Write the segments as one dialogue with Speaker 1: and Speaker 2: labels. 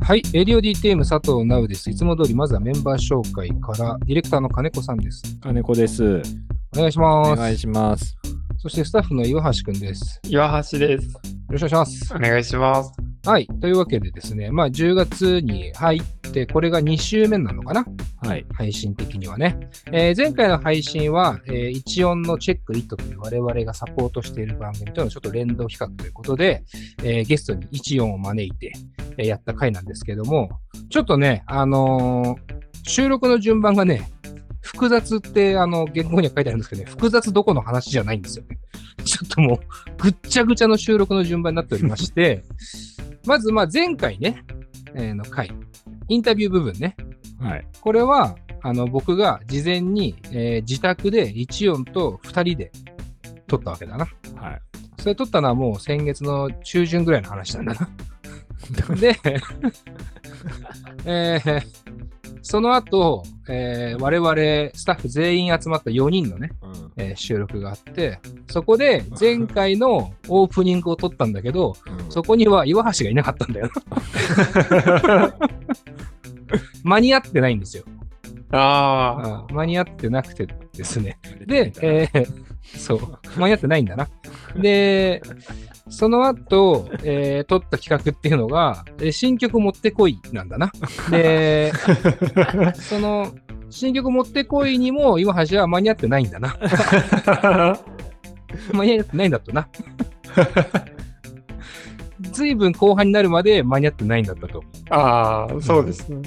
Speaker 1: はい、エリオ DTM 佐藤直です。いつも通りまずはメンバー紹介から、ディレクターの金子さんです。
Speaker 2: 金子です。
Speaker 1: お願いします。
Speaker 2: お願いします。
Speaker 1: そしてスタッフの岩橋くんです。
Speaker 3: 岩橋
Speaker 1: よろ
Speaker 3: です。
Speaker 1: しくお願いします。
Speaker 3: お願いします。
Speaker 1: はい、というわけでですね、まあ10月に入って、これが2週目なのかな
Speaker 2: はい。
Speaker 1: 配信的にはね。えー前回の配信は、えー、一音のチェックイットという我々がサポートしている番組とのちょっと連動企画ということで、えーゲストに一音を招いて、えーやった回なんですけども、ちょっとね、あのー収録の順番がね、複雑って、あの、言語には書いてあるんですけどね、複雑どこの話じゃないんですよね。ちょっともう、ぐっちゃぐちゃの収録の順番になっておりまして、まず、まあ、前回ね、えーの回、インタビュー部分ね、
Speaker 2: はい。
Speaker 1: これはあの僕が事前に、えー自宅で一音と二人で撮ったわけだな。
Speaker 2: はい。
Speaker 1: それ撮ったのはもう先月の中旬ぐらいの話なんだ な。で、えーその後、えー我々スタッフ全員集まった4人のね、
Speaker 2: うん。
Speaker 1: えー収録があって、そこで前回のオープニングを撮ったんだけど、そこには岩橋がいなかったんだよな。間に合ってないんですよ。
Speaker 3: あ
Speaker 1: うん間に合ってなくてですね。で、えーそう、間に合ってないんだな。で、その後、えー撮った企画っていうのが、えー新曲持ってこいなんだな。 で、その、新曲持ってこいにも、岩橋は間に合ってないんだな。間に合ってないんだ とな。ずいぶん後半になるまで間に合ってないんだったと。
Speaker 3: あ、ああ、そうですね。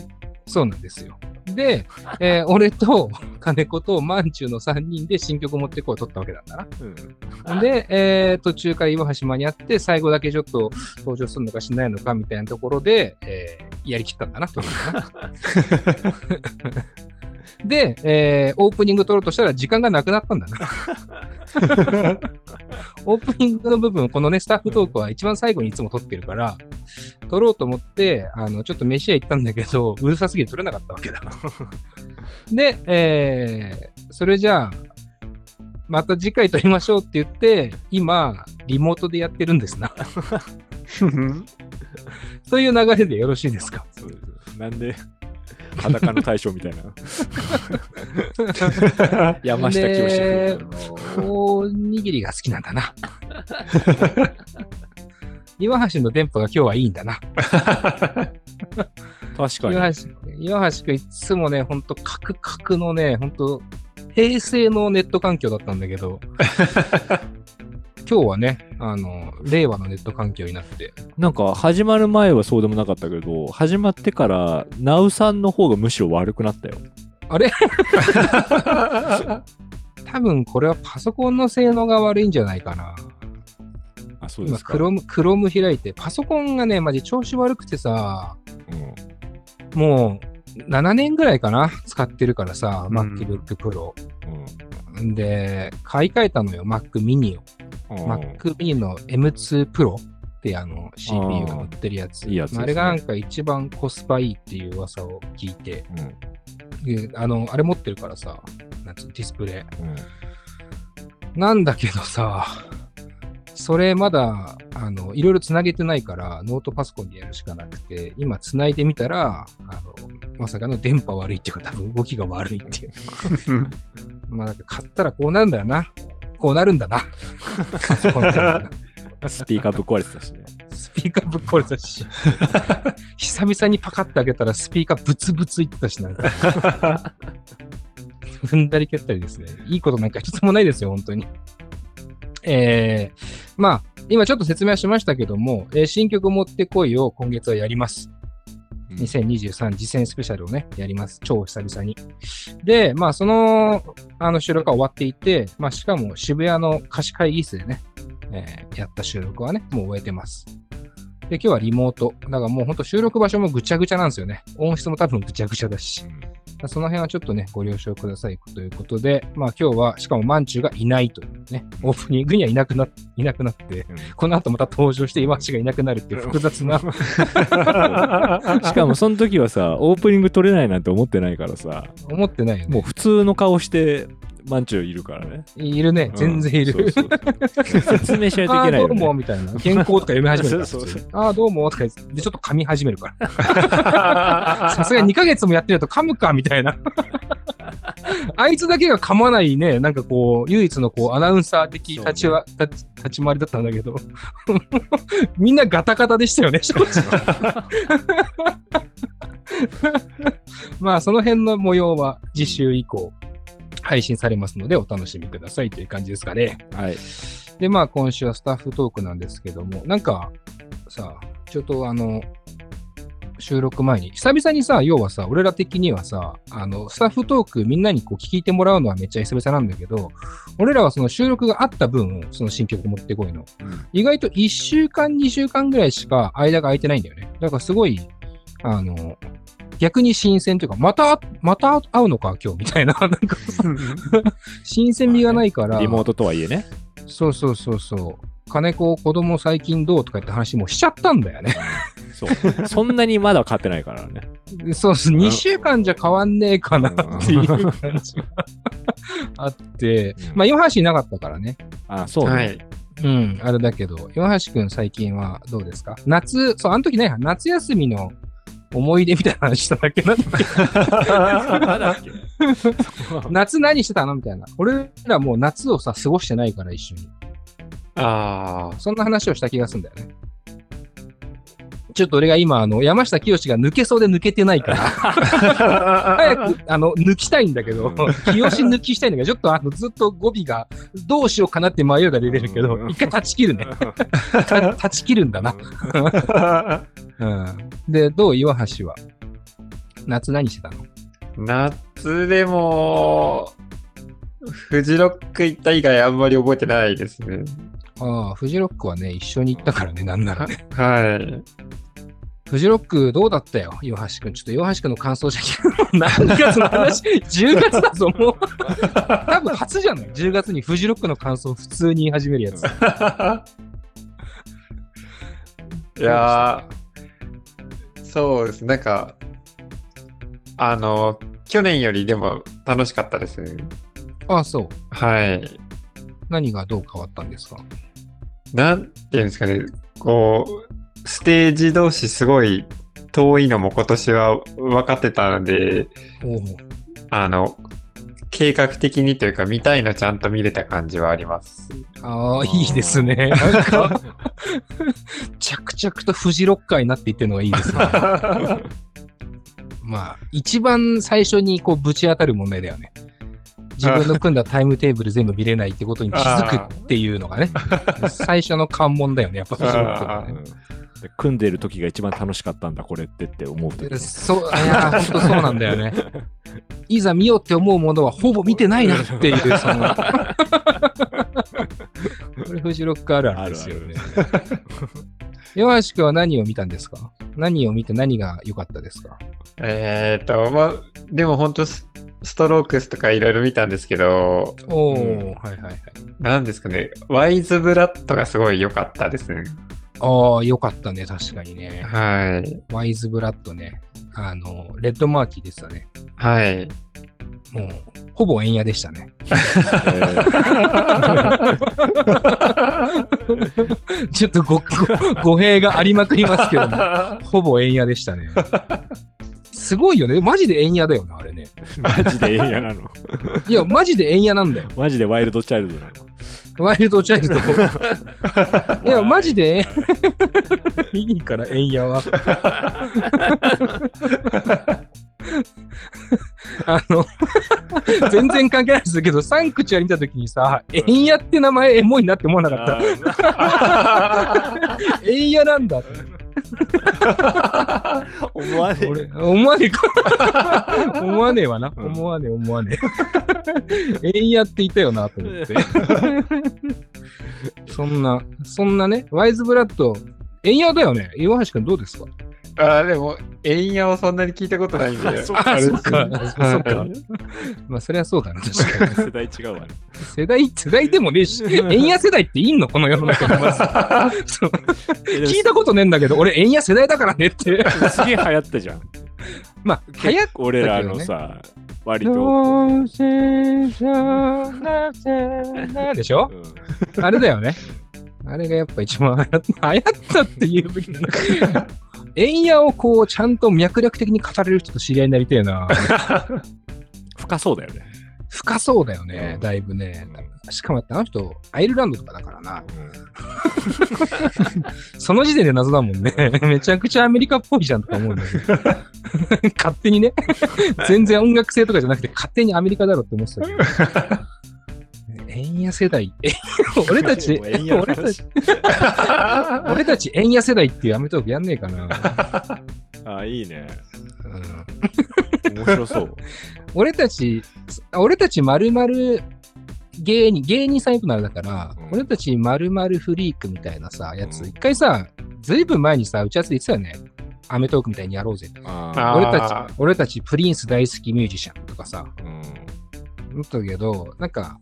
Speaker 1: そうなんですよ。で、えー俺と金子とマンチュの3人で新曲持ってこう撮ったわけなんだ
Speaker 2: うん
Speaker 1: な。で、えー途中から岩橋間に合って、最後だけちょっと登場するのかしないのかみたいなところで、えーやりきったんだな、と思うな。で、えーオープニング撮ろうとしたら時間がなくなったんだな。オープニングの部分、このね、スタッフトークは一番最後にいつも撮ってるから、撮ろうと思って、あの、ちょっと飯屋行ったんだけど、うるさすぎて撮れなかったわけだ。で、えーそれじゃあ、また次回撮りましょうって言って、今、リモートでやってるんですな。 そういう流れでよろしいですか
Speaker 2: そうですなんで、裸の大将みたいな。 山下清
Speaker 1: で
Speaker 2: 志。
Speaker 1: おにぎりが好きなんだな。岩橋の電波が今日はいいんだな。
Speaker 2: 確かに。
Speaker 1: 岩橋岩橋くんいつもね、ほんとカクカクのね、ほんと平成のネット環境だったんだけど、今日はね、あの、令和のネット環境になって、
Speaker 2: なんか、始まる前はそうでもなかったけど、始まってから、ナウさんの方がむしろ悪くなったよ。
Speaker 1: 多分これはパソコンの性能が悪いんじゃないかな。
Speaker 2: あ、そうで
Speaker 1: 今
Speaker 2: すか。
Speaker 1: Chrome、Chrome 開いて、パソコンがね、マジ調子悪くてさ、
Speaker 2: うん
Speaker 1: もう7年ぐらいかな、使ってるからさ、
Speaker 3: うん
Speaker 1: MacBook Pro。
Speaker 2: うん
Speaker 1: で、買い替えたのよ、Mac mini を。
Speaker 2: うん
Speaker 1: Mac mini の M2 Pro ってあの CPU が売ってるやつ。
Speaker 2: あーいいやつですね
Speaker 1: あれがなんか一番コスパいいっていう噂を聞いて、
Speaker 2: うん
Speaker 1: であの、あれ持ってるからさ、なんつうのディスプレイ。
Speaker 2: うん
Speaker 1: なんだけどさ、それまだ、あの、いろいろつなげてないから、ノートパソコンでやるしかなくて、今つないでみたら、あの、まさかの電波悪いっていうか、多分動きが悪いっていう。まあ、なんか買ったらこうなるんだよな。こうなるんだな。パソコンってのはな
Speaker 2: スピーカーぶっ壊れてたしね。
Speaker 1: スピーカーぶっ壊れたし、久々にパカッて開けたらスピーカーブツブツいってたし、なんか。踏んだり蹴ったりですね。いいことなんか一つもないですよ、本当に。えー、まあ、今ちょっと説明はしましたけども、えー新曲持ってこいを今月はやります。
Speaker 2: うん
Speaker 1: 2023次戦スペシャルをね、やります。超久々に。で、まあ、その、あの収録は終わっていて、まあ、しかも渋谷の貸し会議室でね、えーやった収録はね、もう終えてます。で、今日はリモート。だからもうほんと収録場所もぐちゃぐちゃなんですよね。音質も多分ぐちゃぐちゃだし。その辺はちょっとね、ご了承くださいということで、まあ今日は、しかもマンチュがいないというね、オープニングにはいなくな、いなくなって、
Speaker 2: うん
Speaker 1: この後また登場して岩橋がいなくなるっていう複雑な、
Speaker 2: しかもその時はさオープニング撮れないなんて思ってないからさ
Speaker 1: 思ってないよね。
Speaker 2: もう普通の顔してマンチュいるからね。
Speaker 1: いるね
Speaker 2: う。ん
Speaker 1: 全然いる。
Speaker 2: そうそうそ う説明しないとい
Speaker 1: あ
Speaker 2: け
Speaker 1: あ、
Speaker 2: ない
Speaker 1: ど
Speaker 2: よ
Speaker 1: うも、
Speaker 2: ね。
Speaker 1: みたいな。原稿とか読み始めるから。
Speaker 2: そうそうそ
Speaker 1: 普
Speaker 2: う
Speaker 1: 通にああ、どうも、とか言って、でちょっと噛み始めるから。さ
Speaker 3: さ
Speaker 1: すがに2ヶ月もやってると噛むか、みたいな。あいつだけが噛まないね、なんかこう、唯一のこう、アナウンサー的立ちわ、立ち立ち回りだったんだけど、 みんなガタガタでしたよね、正直まあ、その辺の模様は次週以降、配信されますので、お楽しみくださいという感じですかね。
Speaker 2: はい。
Speaker 1: で、まあ今週はスタッフトークなんですけども、なんかさ、ちょっとあの、収録前に、久々にさ、要はさ、俺ら的にはさ、あの、スタッフトークみんなにこう聞いてもらうのはめっちゃ久々なんだけど、俺らはその収録があった分、その新曲持ってこいの。
Speaker 2: うん
Speaker 1: 意外と1週間、2週間ぐらいしか間が空いてないんだよね。だからすごい、あの、逆に新鮮というか、また、また会うのか、今日みたいな、 なんか、新鮮味がないから。
Speaker 2: リモートとはいえね。
Speaker 1: そうそうそうそう。金子、子供最近どうとか言って話もしちゃったんだよね。
Speaker 2: そう。そんなにまだ勝ってないからね。
Speaker 1: そうそう、2週間じゃ変わんねえかなっていう感じがあって、
Speaker 2: うん
Speaker 1: まあ、岩橋いなかったからね。
Speaker 2: あ、そう
Speaker 3: は
Speaker 2: ね。
Speaker 3: い。
Speaker 1: うん、あれだけど、岩橋くん最近はどうですか夏、そう、あの時ね、夏休みの思い出みたいな話しただけなんだけど
Speaker 2: まだっけ
Speaker 1: 夏何してたのみたいな。俺らもう夏をさ、過ごしてないから一緒に。
Speaker 3: あ
Speaker 1: そんな話をした気がするんだよね。ちょっと俺が今、あの、山下清が抜けそうで抜けてないから。早
Speaker 3: あ。
Speaker 1: くあの抜きたいんだけど、
Speaker 2: うん
Speaker 1: 清し抜きしたいんだけど、ちょっとあのずっと語尾がどうしようかなって迷いが出てるけど、
Speaker 2: うん
Speaker 1: 一回断ち切る ね。た断ち切るんだな。うん、で、どう岩橋は夏何してたの
Speaker 3: 夏でも、フジロック行った以外あんまり覚えてないですね。
Speaker 1: ああ、フジロックはね、一緒に行ったからね、なんなら ね。
Speaker 3: はい。
Speaker 1: フジロックどうだったよ、岩橋くん。ちょっと岩橋くんの 感想じゃ聞く何月の話 ?10 月だぞ、もう。多分初じゃない ?10 月にフジロックの感想を普通に言い始めるやつ。
Speaker 3: いやーそうです。なんか、あの、去年よりでも楽しかったですね。
Speaker 1: ああ、そう。
Speaker 3: はい。
Speaker 1: 何がどう変わったんですか
Speaker 3: なんていうんですかね、こう、ステージ同士すごい遠いのも今年は分かってたので、
Speaker 1: おう
Speaker 3: あの、計画的にというか見たいのちゃんと見れた感じはあ ります。
Speaker 1: あ
Speaker 2: あ
Speaker 1: あ、
Speaker 2: ー
Speaker 1: いいですね。なんか、着々とフジロッカーになっていってるのがいいですね。まあ、一番最初にこうぶち当たる問題だよね。自分の組んだタイムテーブル全部見れないってことに気づくっていうのがね、最初の関門だよね、やっぱフジロッカーは
Speaker 2: う
Speaker 1: ね。
Speaker 2: んで組んでる時が一番楽しかったんだ、これってって思う時。
Speaker 1: そう、いや、本当そうなんだよ ね。いざ見ようって思うものはほぼ見てないなっていう、その。これフジロックあるあるですよね。岩橋くんは何を見たんですか何を見て何が良かったですか
Speaker 3: えっと、まあ、でも本当スストロークスとかいろいろ見たんですけど、
Speaker 1: おお、
Speaker 2: うん
Speaker 1: はいはいはい。
Speaker 3: なんですかね、ワイズブラッドがすごい良かったですね。
Speaker 1: ああ、良かったね、確かにね。
Speaker 3: はい。
Speaker 1: ワイズブラッドね。あの、レッドマーキーでしたね。
Speaker 3: はい。
Speaker 1: もう、ほぼ円屋でしたね。 ちょっとご、ご、語弊がありまくりますけども。ほぼ円屋でしたね。すごいよね。マジで円屋だよな、あれね。
Speaker 2: えー マジで映画なの。
Speaker 1: いや、マジで円屋なんだよ。
Speaker 2: マジでワイルドチャイルドなの。
Speaker 1: ワイルドチャイルド。いや、マジで、いいから、円屋は。 あの、全然関係ないですけど、サンクチュアリ見たときにさ、円屋って名前エモいなって思わなかった。円屋なんだって。
Speaker 2: 思わねえ
Speaker 1: 俺思わねえか思わねえわな、思わねえ思わねええんやっていたよなと思ってそんなそんなねワイズブラッドえんやだよね岩橋君どうですか
Speaker 3: あでも、円屋はそんなに聞いたことないん で。
Speaker 2: あそっ
Speaker 3: あれですね
Speaker 1: あそっか
Speaker 3: はい
Speaker 1: まあそりゃそうだな確かに
Speaker 2: 世代違うわね。
Speaker 1: 世代世代でもねえしえんや世代っていんのこの世の中にまずそう聞いたことねえんだけど俺えんや世代だからねって
Speaker 2: たすげえ流行ったじゃん。
Speaker 1: まあ流行っ
Speaker 2: 俺らのさ、割と。
Speaker 1: どうせじゃなくてなでしょ
Speaker 2: うん
Speaker 1: あれだよね。あれがやっぱ一番流行った流行ったって言うべきなのか。エンヤをこう、ちゃんと脈略的に語れる人と知り合いになりたいな。
Speaker 2: 深そうだよね。
Speaker 1: 深そうだよね
Speaker 2: う、ん
Speaker 1: だいぶね。しかもあの人、アイルランドとかだからな。その時点で謎だもんね。めちゃくちゃアメリカっぽいじゃんとか思うんだけど。勝手にね。全然音楽性とかじゃなくて、勝手にアメリカだろって思ってたけど。円安世代。 俺たち、
Speaker 2: もう円 安
Speaker 1: 俺たち、俺たち円安世代っていうアメトークやんねえかな。
Speaker 2: あいいね。
Speaker 1: うん
Speaker 2: 面 白そう。
Speaker 1: 俺たち、俺たちまるまる芸人、芸人さんよくなるだから、
Speaker 2: うん
Speaker 1: 俺たちまるまるフリークみたいなさ、やつ、
Speaker 2: うん
Speaker 1: 一回さ、ずいぶん前にさ、打ち合わせで言ってたよね。アメトークみたいにやろうぜって。
Speaker 2: あ
Speaker 3: あ
Speaker 1: 俺た
Speaker 3: ー
Speaker 1: ち、俺たちプリンス大好きミュージシャンとかさ、
Speaker 2: ーうん
Speaker 1: 思ったけど、なんか、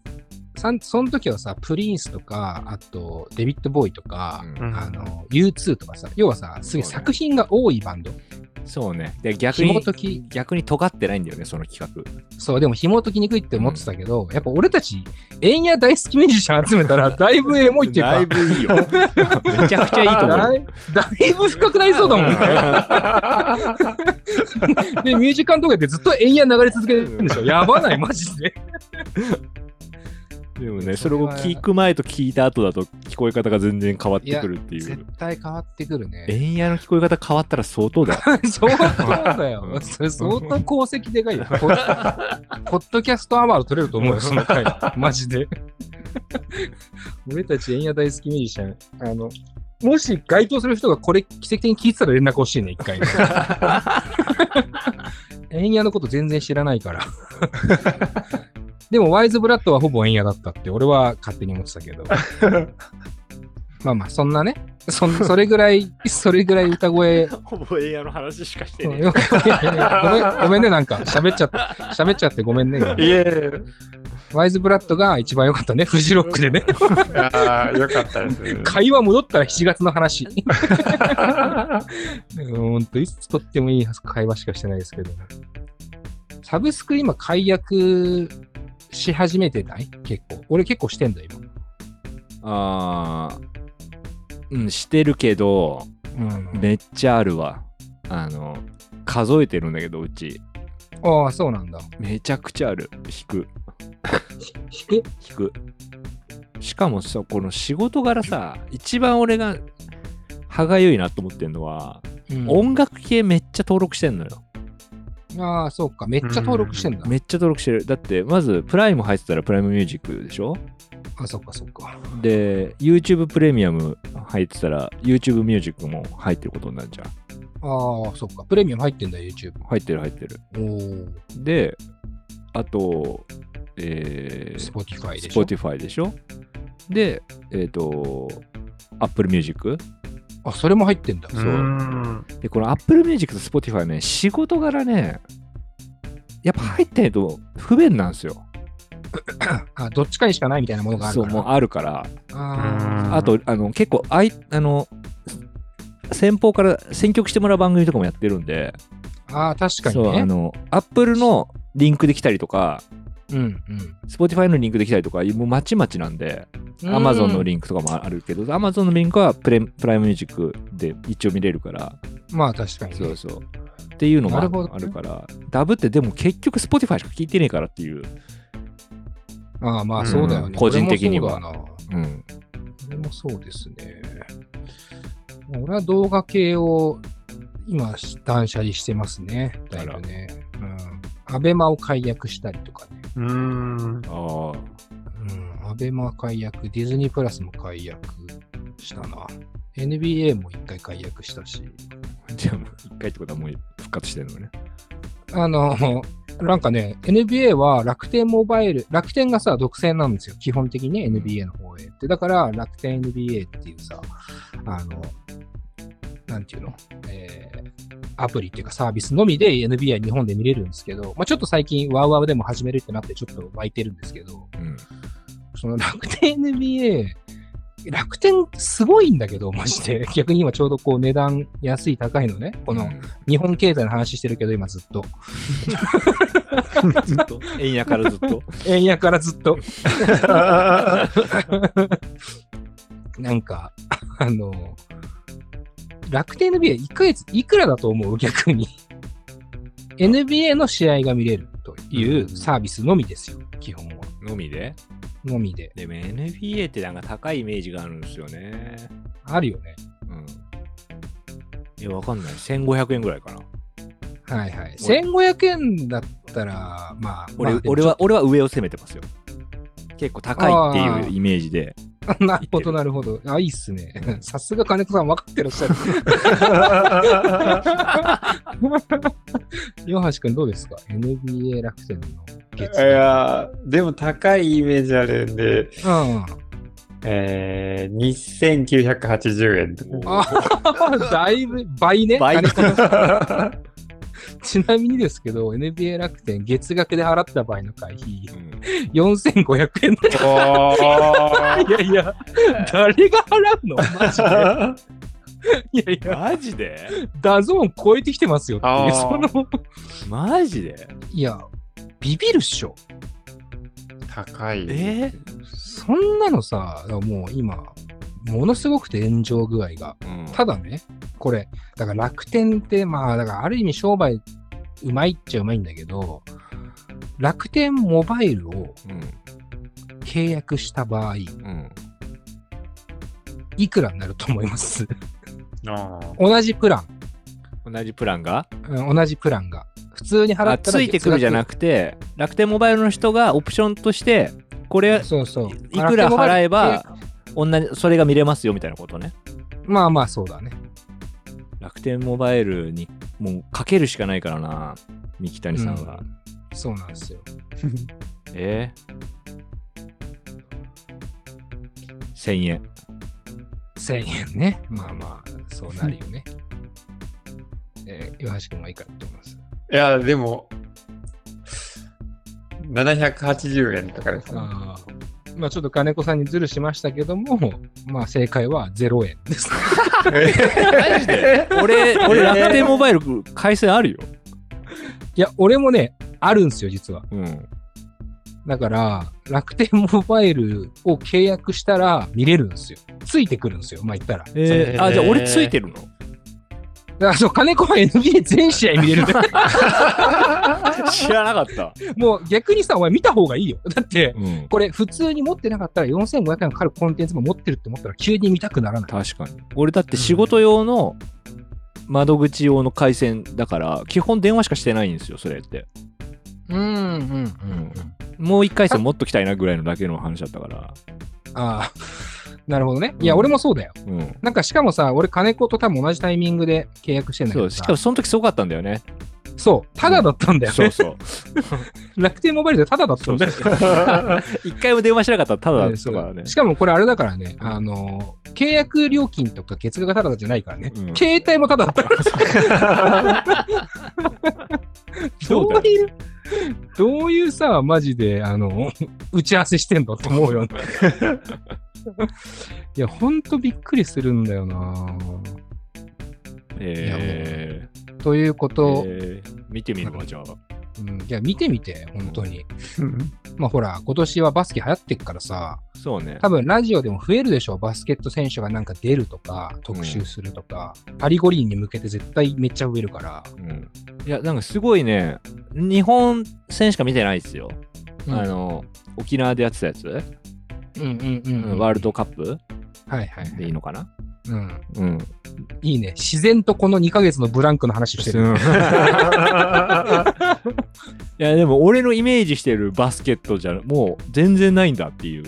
Speaker 1: さんその時はさ、プリンスとか、あと、デビッド・ボーイとか、
Speaker 2: うん
Speaker 3: ん
Speaker 1: あの、U2 とかさ、要はさ、すげえ
Speaker 2: そうね
Speaker 1: 作品が多いバンド。
Speaker 2: そうね。で逆
Speaker 1: 紐
Speaker 2: に
Speaker 1: 解き
Speaker 2: 逆に尖ってないんだよねその企画。
Speaker 1: そう、でも紐解きにくいって思ってたけど、やっぱ俺たち、円や大好きミュージシャン集め たら、だいぶエモいっていうか、
Speaker 2: だいぶい いよ。めちゃくちゃいいと思
Speaker 1: だ
Speaker 2: うよ。
Speaker 1: いだいぶ深くなりそうだもんね。で、ミュージカンとかでずっと円や流れ続けるんでしょ。やばない、マジで。
Speaker 2: でもねそれを聞く前と聞いた後だと聞こえ方が全然変わってくるってい
Speaker 1: 絶
Speaker 2: う。
Speaker 1: 対変わってくるね。
Speaker 2: 円やの聞こえ方変わったら 相当だよ。
Speaker 1: 相当だよ
Speaker 2: う。ん
Speaker 1: それ相当功績でかいよ。 ポッポッドキャストアワード取れると思うよ、その 回。マジで。 俺たち円や大好きミュージシャン、あの、もし該当する人がこれ奇跡的に聞いてたら連絡欲しいね、一 回。円屋のこと全然知らないから。 でも、ワイズブラッドはほぼ円屋だったって、俺は勝手に思ってたけ ど。まあまあ、そんなね、そんそれぐらい、それぐらい歌声、
Speaker 2: ほぼ円やの話しかして
Speaker 1: ごめんごめんね、なんか、喋っちゃって、喋っちゃってごめんね。
Speaker 3: いえ、
Speaker 1: ワイズブラッドが一番良かったね、フジロックでね。
Speaker 3: あーよかったです。
Speaker 1: 会話戻ったら7月の話。うんと、いつとってもいい会話しかしてないですけど。サブスク今解約し始めてない結構。俺結構してんだよ、
Speaker 2: ああ。うんしてるけど
Speaker 1: 今。うん、
Speaker 2: めっちゃあるわ。あの数えてるんだけどうち
Speaker 1: ああ、そうなんだ。
Speaker 2: めちゃくちゃある引く。
Speaker 1: 引く
Speaker 2: 引くしかもさこの仕事柄さ一番俺が歯がゆいなと思ってんのは、音楽系めっちゃ登録してんのよ
Speaker 1: ああ、そうか。めっちゃ登録してんだ。
Speaker 2: めっちゃ登録してるだってまずプライム入ってたらプライムミュージックでしょ
Speaker 1: あ、そっかそっか。
Speaker 2: で YouTube プレミアム入ってたら YouTube ミュージックも入ってることになるじゃん
Speaker 1: ああ、そっか。プレミアム入ってんだ、YouTube。
Speaker 2: 入ってる入ってる
Speaker 1: おー
Speaker 2: であとえー
Speaker 1: Spotify でしょ。
Speaker 2: Spotify でしょでえっ、と Apple Music
Speaker 1: あ、それも入ってんだ。
Speaker 3: う
Speaker 2: そうんで、この Apple Music と Spotify ね、仕事柄ね、やっぱ入ってないと不便なんですよ。
Speaker 1: あ、どっちかにしかないみたいなものがある
Speaker 2: そ
Speaker 1: か
Speaker 2: う、
Speaker 1: ら。
Speaker 2: もうあるから。
Speaker 1: あ
Speaker 3: うん
Speaker 2: あと、あの、結構、あい、あの、先方から選曲してもらう番組とかもやってるんで、
Speaker 1: ーあー、確か
Speaker 2: そう、あ
Speaker 1: にね。
Speaker 2: の、Apple のリンクできたりとか、
Speaker 1: うんうん。
Speaker 2: Spotify のリンクできたりとか、もうまちまちなんで、Amazon のリンクとかもあるけど、Amazon のリンクはプレプライムミュージックで一応見れるから、
Speaker 1: まあ確かにね、
Speaker 2: そうそう。っていうのもあ
Speaker 1: な
Speaker 2: る
Speaker 1: るほどね
Speaker 2: あるから、ダブってでも結局 Spotify しか聞いてねえからっていう。
Speaker 1: ああまあそうだよね。
Speaker 2: うん個人的に
Speaker 1: 俺
Speaker 2: は
Speaker 1: もそうだな
Speaker 2: うん。
Speaker 1: 俺もそうですね。俺は動画系を今断捨離してますね。だいぶね。うん。アベマを解約したりとかね。
Speaker 3: うん
Speaker 2: ああ。
Speaker 1: うん。アベマ解約、ディズニープラスも解約したな。NBA も一回解約したし。
Speaker 2: じゃあもう一回ってことはもう復活してるのね。
Speaker 1: あの、 なんかね、NBA は楽天モバイル、楽天がさ、独占なんですよ。基本的に NBA の放映って。だから、楽天 NBA っていうさ、あの、なんていうの、えーアプリっていうかサービスのみで NBA 日本で見れるんですけど、まあちょっと最近、ワウワウでも始めるってなって、ちょっと湧いてるんですけど、
Speaker 2: うん。
Speaker 1: その楽天 NBA 楽天すごいんだけど、マジで。逆に今ちょうどこう値段安い高いのね。この日本経済の話してるけど、今ずっと。
Speaker 2: ずっと円やからずっと
Speaker 1: 円やからずっと。なんか、あの、楽天 NBA、1ヶ月いくらだと思う逆に。NBA の試合が見れるというサービスのみですよ、基本は。
Speaker 2: のみで
Speaker 1: のみで。
Speaker 2: でも NBA ってなんか高いイメージがあるんですよね
Speaker 1: あるよね。
Speaker 2: うんいやわかんない1500円ぐらいかな
Speaker 1: はいはい。1500円だったら、まあ、
Speaker 2: 俺,、
Speaker 1: まあでも
Speaker 2: 俺は俺は上を攻めてますよ結構高いっていうイメージで
Speaker 1: なるほど、なるほど。あ、いいっすね。 さすが金子さん、分かってらっしゃる。岩橋くん、どうですか ?NBA 楽天の月
Speaker 3: いやーでも高いイメージあるんで、
Speaker 1: うん。
Speaker 3: えー、2980円とか。
Speaker 1: だいぶ倍ね。
Speaker 2: 倍
Speaker 1: 金子さん ちなみにですけど、NBA 楽天、月額で払った場合の会費、
Speaker 2: うん
Speaker 1: 4500円だ
Speaker 3: お
Speaker 1: いやいや、誰が払 うのマジ
Speaker 3: ー
Speaker 1: で。いやいや、
Speaker 2: マジで
Speaker 1: ダゾーン超えてきてますよってい
Speaker 3: あ
Speaker 1: う、
Speaker 3: ー
Speaker 1: その、
Speaker 2: マジで
Speaker 1: いや、ビビるっしょ。
Speaker 3: 高い。
Speaker 2: え
Speaker 1: そんなのさ、もう今、ものすごくて炎上具合が。
Speaker 2: うん
Speaker 1: ただね、これ、だから楽天って、まあ、だからある意味商売うまいっちゃうまいんだけど、楽天モバイルを契約した場合、
Speaker 2: うんうん
Speaker 1: いくらになると思います
Speaker 3: あー
Speaker 1: 同じプラン、
Speaker 2: 同じプランが
Speaker 1: うん同じプランが。普通に払
Speaker 2: あ
Speaker 1: ったら
Speaker 2: ついてくるじゃな
Speaker 1: く
Speaker 2: くて楽天モバイルの人がオプションとしてこれ
Speaker 1: そうそう。
Speaker 2: いくら払え
Speaker 1: 楽
Speaker 2: ば
Speaker 1: 天モバイルって
Speaker 2: 同じそれが見れますよみたいなことね
Speaker 1: まあまあそうだね。
Speaker 2: 楽天モバイルにもうかけるしかないからな三木谷さんは、
Speaker 1: そうなんですよ。
Speaker 2: えー、1000円
Speaker 1: 1000円ね。まあまあ、そうなるよね。 えー岩橋君はいいかと思います。
Speaker 3: いや、でも、780円とかですね。
Speaker 1: あーまあちょっと金子さんにズルしましたけども、まあ正解は0円です。
Speaker 2: マジで 俺俺楽天モバイル回線あるよ、
Speaker 1: いや、俺もね、あるんですよ、実は。
Speaker 2: うん、
Speaker 1: だから、楽天モバイルを契約したら見れるんですよ。ついてくるんですよ、まあ言ったら。
Speaker 2: えーあじゃあ俺ついてるの
Speaker 1: だからそう金子は NBA 全試合見れるんだよ
Speaker 2: 知らなかった、
Speaker 1: もう逆にさ、お前見た方がいいよ。だって、
Speaker 2: うん、
Speaker 1: これ普通に持ってなかったら4500円かかるコンテンツも持ってるって思ったら急に見たくならない。
Speaker 2: 確かに俺だって仕事用の窓口用の回線だから基本電話しかしてないんですよそれって
Speaker 1: うんうんうん
Speaker 2: ん。もう一回線持っときたいなぐらいのだけの話だったから
Speaker 1: ああ、なるほどね。いや、
Speaker 2: うん
Speaker 1: 俺もそうだよ。
Speaker 2: うん
Speaker 1: なんかしかもさ、俺金子と多分同じタイミングで契約してんだけ
Speaker 2: そ
Speaker 1: ど
Speaker 2: うし
Speaker 1: さ
Speaker 2: かもその時すごかったんだよね
Speaker 1: そう、ただだったんだよ
Speaker 2: そう
Speaker 1: ね。
Speaker 2: そう
Speaker 1: 楽天モバイルでただだったん だよ。
Speaker 2: 一回も電話しなかったらただだったから
Speaker 1: う
Speaker 2: ね
Speaker 1: んしかもこれあれだからね、あのー、契約料金とか月額がただじゃないからね。
Speaker 2: うん
Speaker 1: 携帯もただだったからさ どういう、どういうさ、マジで、あの、打ち合わせしてんのと思う よね。いや、ほんとびっくりするんだよな
Speaker 2: えー
Speaker 1: ということ、
Speaker 2: えー見てみるわじゃあ
Speaker 1: うん、いや、見てみて、本当に。 まあほら、今年はバスケ流行ってっからさ、
Speaker 2: そうね
Speaker 1: 多分ラジオでも増えるでしょう、バスケット選手がなんか出るとか、特集するとか、パリ五輪に向けて絶対めっちゃ増えるから。
Speaker 2: うんいやなんかすごいね日本戦しか見てないですよ
Speaker 1: うん
Speaker 2: あの沖縄でやってたやつ
Speaker 1: うんうんうん、
Speaker 2: ワールドカップ
Speaker 1: はいはいはい
Speaker 2: でいいのかな
Speaker 1: うん、
Speaker 2: うん
Speaker 1: いいね。自然とこの2ヶ月のブランクの話してる。
Speaker 2: いやでも俺のイメージしてるバスケットじゃもう全然ないんだっていう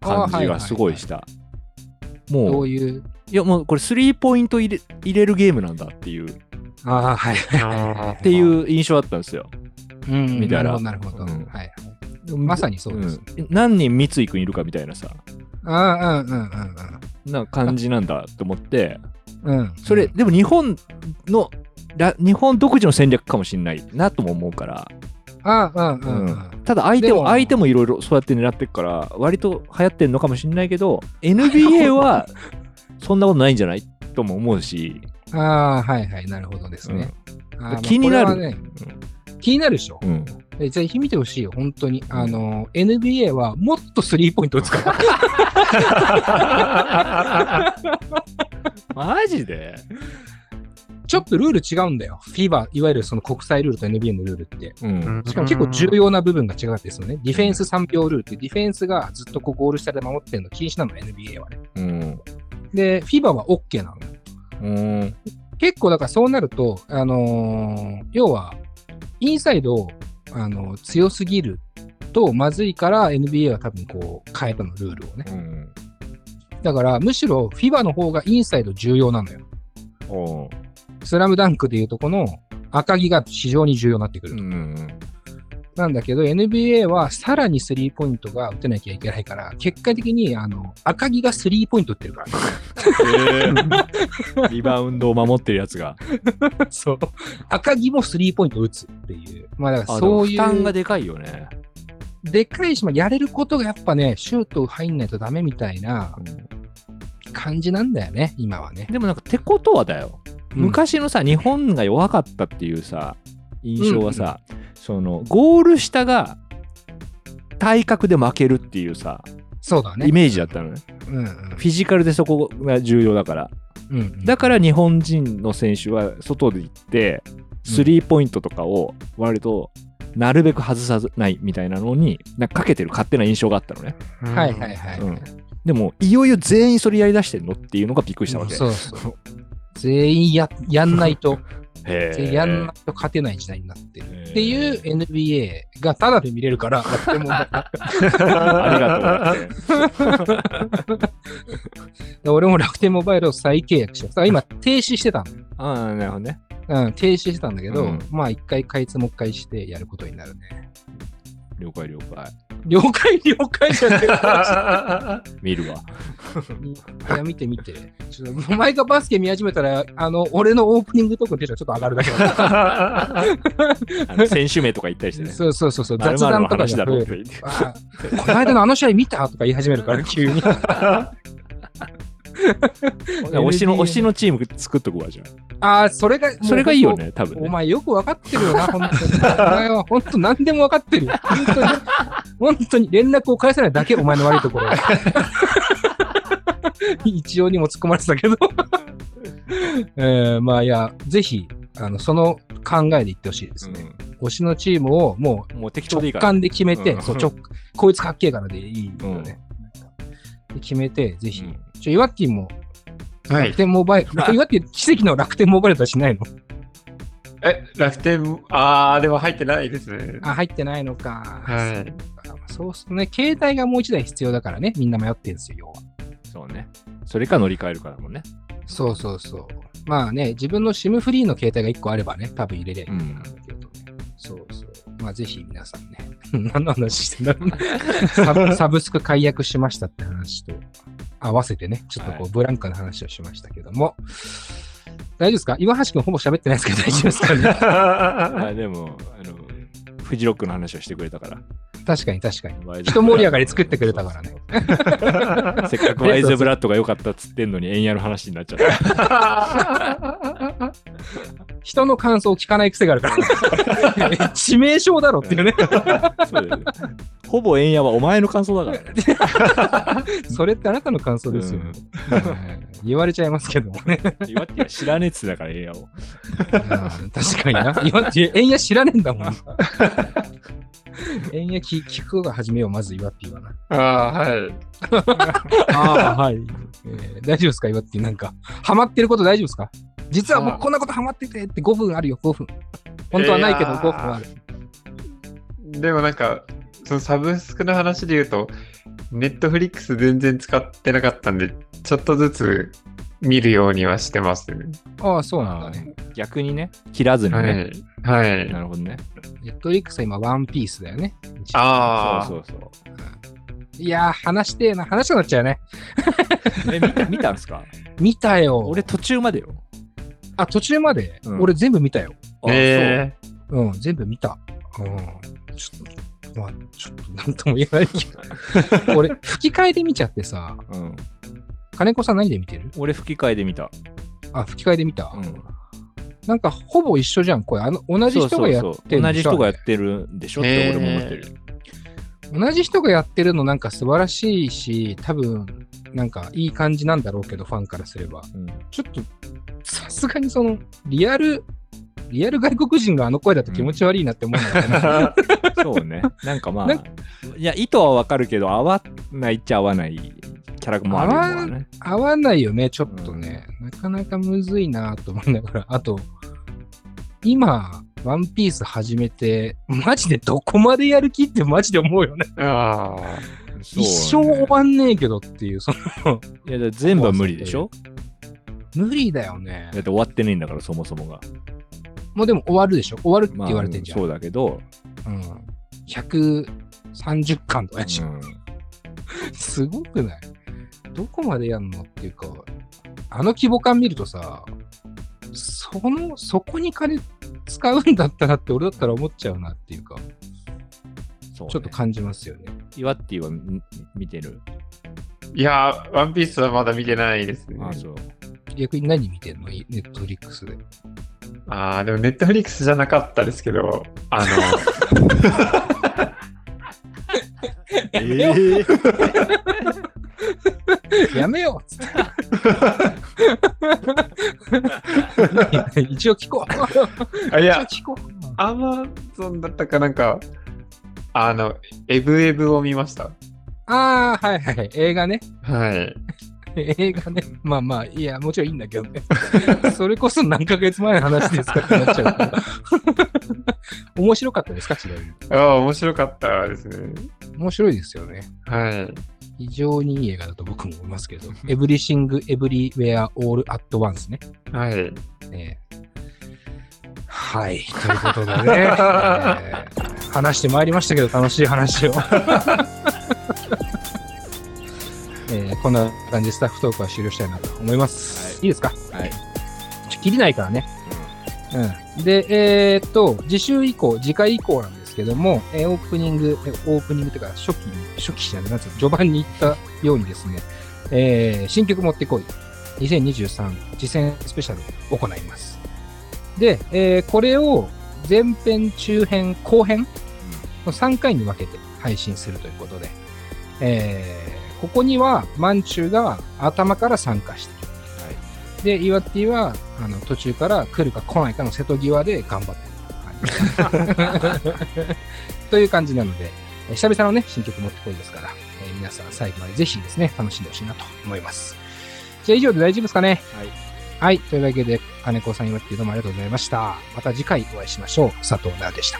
Speaker 2: 感じがすごいした。
Speaker 1: ど
Speaker 2: もう
Speaker 1: ういう。
Speaker 2: いやもうこれスリーポイント入れ入れるゲームなんだっていうっ
Speaker 1: ああ、はい。
Speaker 3: あ
Speaker 2: て いう印象だったんですよ。
Speaker 1: うん
Speaker 2: 見たら
Speaker 1: なるほど、なるほ
Speaker 2: うん
Speaker 1: ど。はいはい。まさにそうです。
Speaker 2: ん何人三井君いるかみたいなさ
Speaker 1: ああ、うんうんうん
Speaker 2: な感じなんだと思って
Speaker 1: うん。うん。
Speaker 2: それでも日本のら日本独自の戦略かもしれないなとも思うから
Speaker 1: ああ、うんうんう。
Speaker 2: うんただ相手
Speaker 1: で
Speaker 2: も
Speaker 1: も
Speaker 2: 相手もいろいろ そうやって狙ってくから割と流行ってるのかもしれないけど NBA はそんなことないんじゃないとも思うし、
Speaker 1: ああ、はいはい、なるほどですね。あーまあ
Speaker 2: 気になる
Speaker 1: これはね気になるでしょ
Speaker 2: う。ん、
Speaker 1: えぜひ見てほしいよ、本当に。あの、NBA はもっとスリーポイントを使う。
Speaker 2: マジで
Speaker 1: ちょっとルール違うんだよ。FIBA、いわゆるその国際ルールと NBA のルールって。
Speaker 2: うん
Speaker 1: しかも結構重要な部分が違うんですよね。ディフェンス3秒ルールって、ディフェンスがずっとこうゴール下で守ってるの禁止なの、NBA はね。
Speaker 2: うん
Speaker 1: で、FIBA は OK なの。
Speaker 2: うん
Speaker 1: 結構だからそうなると、あのー要は、インサイドを、あのー強すぎるとまずいから NBA は多分こう変えたの、ルールをね。
Speaker 2: うん
Speaker 1: だからむしろ FIBA の方がインサイド重要なのよ。
Speaker 2: お
Speaker 1: スラムダンクでいうとこの赤木が非常に重要になってく
Speaker 2: う
Speaker 1: る。
Speaker 2: ん
Speaker 1: なんだけど NBA はさらにスリーポイントが打てなきゃいけないから、結果的にあの赤木がスリーポイント打ってるから、
Speaker 2: リバウンドを守ってるやつが
Speaker 1: そう。赤木もスリーポイント打つっていう。まあだから
Speaker 2: あ
Speaker 1: そう
Speaker 2: で
Speaker 1: い
Speaker 2: も負担
Speaker 1: う
Speaker 2: がでかいよね、
Speaker 1: でかいし、まあやれることがやっぱね、シュート入んないとダメみたいな感じなんだよね、今はね。
Speaker 2: でもなんかてことはだよ昔のさ日本が弱かったっていうさ印象はさ、そのゴール下が体格で負けるっていうさ
Speaker 1: そうだね。
Speaker 2: イメージだったのね
Speaker 1: うんうん
Speaker 2: フィジカルでそこが重要だから
Speaker 1: うんうん
Speaker 2: だから日本人の選手は外で行ってスリーポイントとかを割となるべく外さないみたいなのになんかかけてる勝手な印象があったのね、
Speaker 1: はいはいはい。
Speaker 2: うんでもいよいよ全員それやりだしてんのっていうのがびっくりしたわけ
Speaker 1: そうそう。全員ややんないと、
Speaker 2: へー
Speaker 1: 全員やんないと勝てない時代になってる。
Speaker 2: へー
Speaker 1: っていう NBA がタダで見れるから、とっても
Speaker 2: ありがとうって
Speaker 1: で 俺も楽天モバイルを再契約しました。今、停止してたの。
Speaker 2: ああなるほどね
Speaker 1: うん、停止してたんだけど、
Speaker 2: うん
Speaker 1: まあ、一回開通もう一回してやることになるね。
Speaker 2: 了解了解
Speaker 1: 了解、了解じゃねえよ
Speaker 2: 見るわ
Speaker 1: いや、見て見て。ちょっと、お前がバスケ見始めたら、あの、俺のオープニングトークのテンションちょっと上がるだけ だか
Speaker 2: あの選手名とか言ったりして
Speaker 1: ら。
Speaker 2: ね
Speaker 1: そうそうそうそう、
Speaker 2: 丸
Speaker 1: 雑
Speaker 2: 々の
Speaker 1: 談とか
Speaker 2: 話
Speaker 1: が
Speaker 2: だろ
Speaker 1: 増え
Speaker 2: う っ
Speaker 1: る。
Speaker 2: て言って
Speaker 1: あこの間のあの試合見たとか言い始めるから、急 に。
Speaker 2: 推しの推しのチーム作っとくわじゃん
Speaker 1: ああ、それが、
Speaker 2: それがいいよ。ね多分
Speaker 1: お
Speaker 2: ね
Speaker 1: 前よく分かってるよな、本当に。お前は本当何でも分かってるよ。本当に。本当に連絡を返さないだけ、お前の悪いところ。一応にも突っ込まれてたけど。 えー、まあいや、ぜひ、あの、その考えでいってほしいですね。推しのチームをもう
Speaker 2: うんもう適当で
Speaker 1: 直
Speaker 2: いいから
Speaker 1: 感で決めて、
Speaker 2: うん
Speaker 1: そう直こいつかっけえからでいいよね。で決めて、ぜひ。
Speaker 2: うん
Speaker 1: ちょ、岩木も
Speaker 3: はい
Speaker 1: 楽。天モバイル、岩手奇跡の楽天モバイルとはしないの
Speaker 3: え、楽天、ああ、でも入ってないですね。
Speaker 1: あ、入ってないのか。
Speaker 3: はい
Speaker 1: そうかそうするとね、携帯がもう一台必要だからね、みんな迷ってるんですよ、要は。
Speaker 2: そうねそれか乗り換えるから もね
Speaker 1: そうそうそう。まあね、自分の SIM フリーの携帯が1個あればね、多分入れりゃいいんだけど、ねそうそう。まあぜひ皆さんね、 何の話してんだろうなサ ブ。サブスク解約しましたって話と合わせてね、ちょっとこ
Speaker 2: は
Speaker 1: うブランクな話をしましたけども。大丈夫ですか岩橋君ほぼ喋ってないですけど大丈夫ですか ね
Speaker 2: あでもあのフジロックの話をしてくれた から
Speaker 1: 確かに確かに。一盛り上がり作ってくれたからね
Speaker 2: そう せっかくワイズブラッドが良かったっつってんのに円やの話になっちゃった
Speaker 1: 人の感想を聞かない癖がある から、ね、致命傷だろっていうね。
Speaker 2: そうだよねほぼ円やはお前の感想だからね
Speaker 1: それってあなたの感想ですよ。
Speaker 2: うん
Speaker 1: うん言われちゃいますけどもね。
Speaker 2: 岩手は知らねえっつってだから円やを
Speaker 1: 確かにな。言わえんや知らねえんだもん。えんや聞聞くが始めよう、まず岩っぴーはな。
Speaker 3: ああ、はい。
Speaker 1: ああ、はい、えー大丈夫ですか、岩っぴー。なんか、ハマってること大丈夫ですか実は僕こんなことハマっててって5分あるよ、5分。本当はないけど
Speaker 3: いやー
Speaker 1: 5分ある。
Speaker 3: でもなんか、そのサブスクの話で言うと、ネットフリックス全然使ってなかったんで、ちょっとずつ見るようにはしてます。
Speaker 1: ああ、そうなんだね。
Speaker 2: 逆にね切らずに
Speaker 3: は
Speaker 2: ね
Speaker 3: い。はい。
Speaker 2: なるほどね
Speaker 1: ネットリックスは今、ワンピースだよね。
Speaker 3: ああ、
Speaker 2: そうそうそう
Speaker 1: いやー、話してえな、話したくなっちゃうね。
Speaker 2: え見た見た んすか
Speaker 1: 見たよ。
Speaker 2: 俺途中までよ
Speaker 1: あ、途中まで、
Speaker 2: うん
Speaker 1: 俺全部見たよ。
Speaker 2: あ
Speaker 3: え
Speaker 1: うん、全部見た。うん。ちょっと、まあ、ちょっと、なんとも言えないけ ど。俺、吹き替えで見ちゃってさ、
Speaker 2: うん、
Speaker 1: 金子さん何で見てる
Speaker 2: 俺吹き替えで見た、
Speaker 1: あ、吹き替えで見た。
Speaker 2: うん、
Speaker 1: なんか、ほぼ一緒じゃん、これ。あの、同じ人がやっ
Speaker 2: そうそう
Speaker 1: てる
Speaker 2: そう同
Speaker 1: んで
Speaker 2: じ
Speaker 1: しょ
Speaker 2: 人がやってるんでしょって俺も思ってる、
Speaker 1: 同じ人がやってるのなんか素晴らしいし、多分、なんかいい感じなんだろうけど、ファンからすれば。
Speaker 2: うん
Speaker 1: ちょっと、さすがにその、リアル、リアル外国人があの声だと気持ち悪いなって思うのかな。
Speaker 2: そうね。なんかまあ
Speaker 1: なん、
Speaker 2: いや、意図はわかるけど、合わないっちゃ合わないキャラもあるもんね。
Speaker 1: 合わないよね、ちょっとね。なかなかむずいなと思いながら。あと、今、ワンピース始めて、マジでどこまでやる気ってマジで思うよね。
Speaker 3: ああ。
Speaker 2: そう
Speaker 1: 一
Speaker 2: ね
Speaker 1: 生終わんねえけどっていう、その、
Speaker 2: いや、だから全部は無理でしょ
Speaker 1: 無理だよね
Speaker 2: だっ。て終わってないんだから、そもそもが。
Speaker 1: もうでも終わるでしょ終わるって
Speaker 2: まあ
Speaker 1: 言われてんじゃん。
Speaker 2: そうだけど、
Speaker 1: うん。130巻とかでしょ、
Speaker 2: うん
Speaker 1: すごくないどこまでやんのっていうか、あの規模感見るとさ、その、そこに金使うんだったらって俺だったら思っちゃうなっていうか、
Speaker 2: そうね
Speaker 1: ちょっと感じますよね。
Speaker 2: イワッティはん見てる。
Speaker 3: いやー、ワンピースはまだ見てないですね。
Speaker 2: あそう。
Speaker 1: 逆に何見てんのいネットフリックスで。
Speaker 3: ああ、でもネットフリックスじゃなかったですけど、あの、
Speaker 2: え ー
Speaker 1: やめようっつ って。 一応聞こう。
Speaker 3: あい
Speaker 1: 一応
Speaker 3: や、
Speaker 1: 聞こう。
Speaker 3: アマゾンだったかなんか、あの、エブエブを見ました。
Speaker 1: ああ、はいはい。映画ね。
Speaker 3: はい。
Speaker 1: 映画ね、まあまあ、いや、もちろんいいんだけどね。それこそ何ヶ月前の話ですかってなっちゃうから。 面白かったですか、ちなみに。
Speaker 3: ああ、面白かったですね。
Speaker 1: 面白いですよね。
Speaker 3: はい。
Speaker 1: 非常にいい映画だと僕も思いますけど。エブリシング・エブリウェア・オール・アット・ワンスね。
Speaker 3: はい。
Speaker 1: ええはい。ということでね、ええ 話してまいりましたけど、楽しい 話を。ええこんな感じでスタッフトークは終了したいなと思います。
Speaker 2: はい
Speaker 1: いですか
Speaker 2: はい。
Speaker 1: ちょ切りないからね。うん、で、えーっと、次週以降、次回以降なんですけども、えーオープニング、えオープニングというか、初期に、初期じゃない、なんつうの、序盤に言ったようにですね、えー新曲持ってこい、2023次戦スペシャルを行います。で、えーこれを前編、中編、後編の3回に分けて配信するということで、えーここには、マンチュが頭から参加してる。で、岩手はあの途中から来るか来ないかの瀬戸際で頑張ってる。はい という感じなので、えー久々のね、新曲持ってこいですから、えー皆さん最後までぜひですね、楽しんでほしいなと思います。じゃあ以上で大丈夫ですかね。
Speaker 2: はい。
Speaker 1: はい。というわけで、金子さん、岩手どうもありがとうございました。また次回お会いしましょう。佐藤奈でした。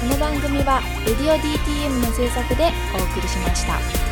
Speaker 4: この番組は「レディオ DTM」の制作でお送りしました。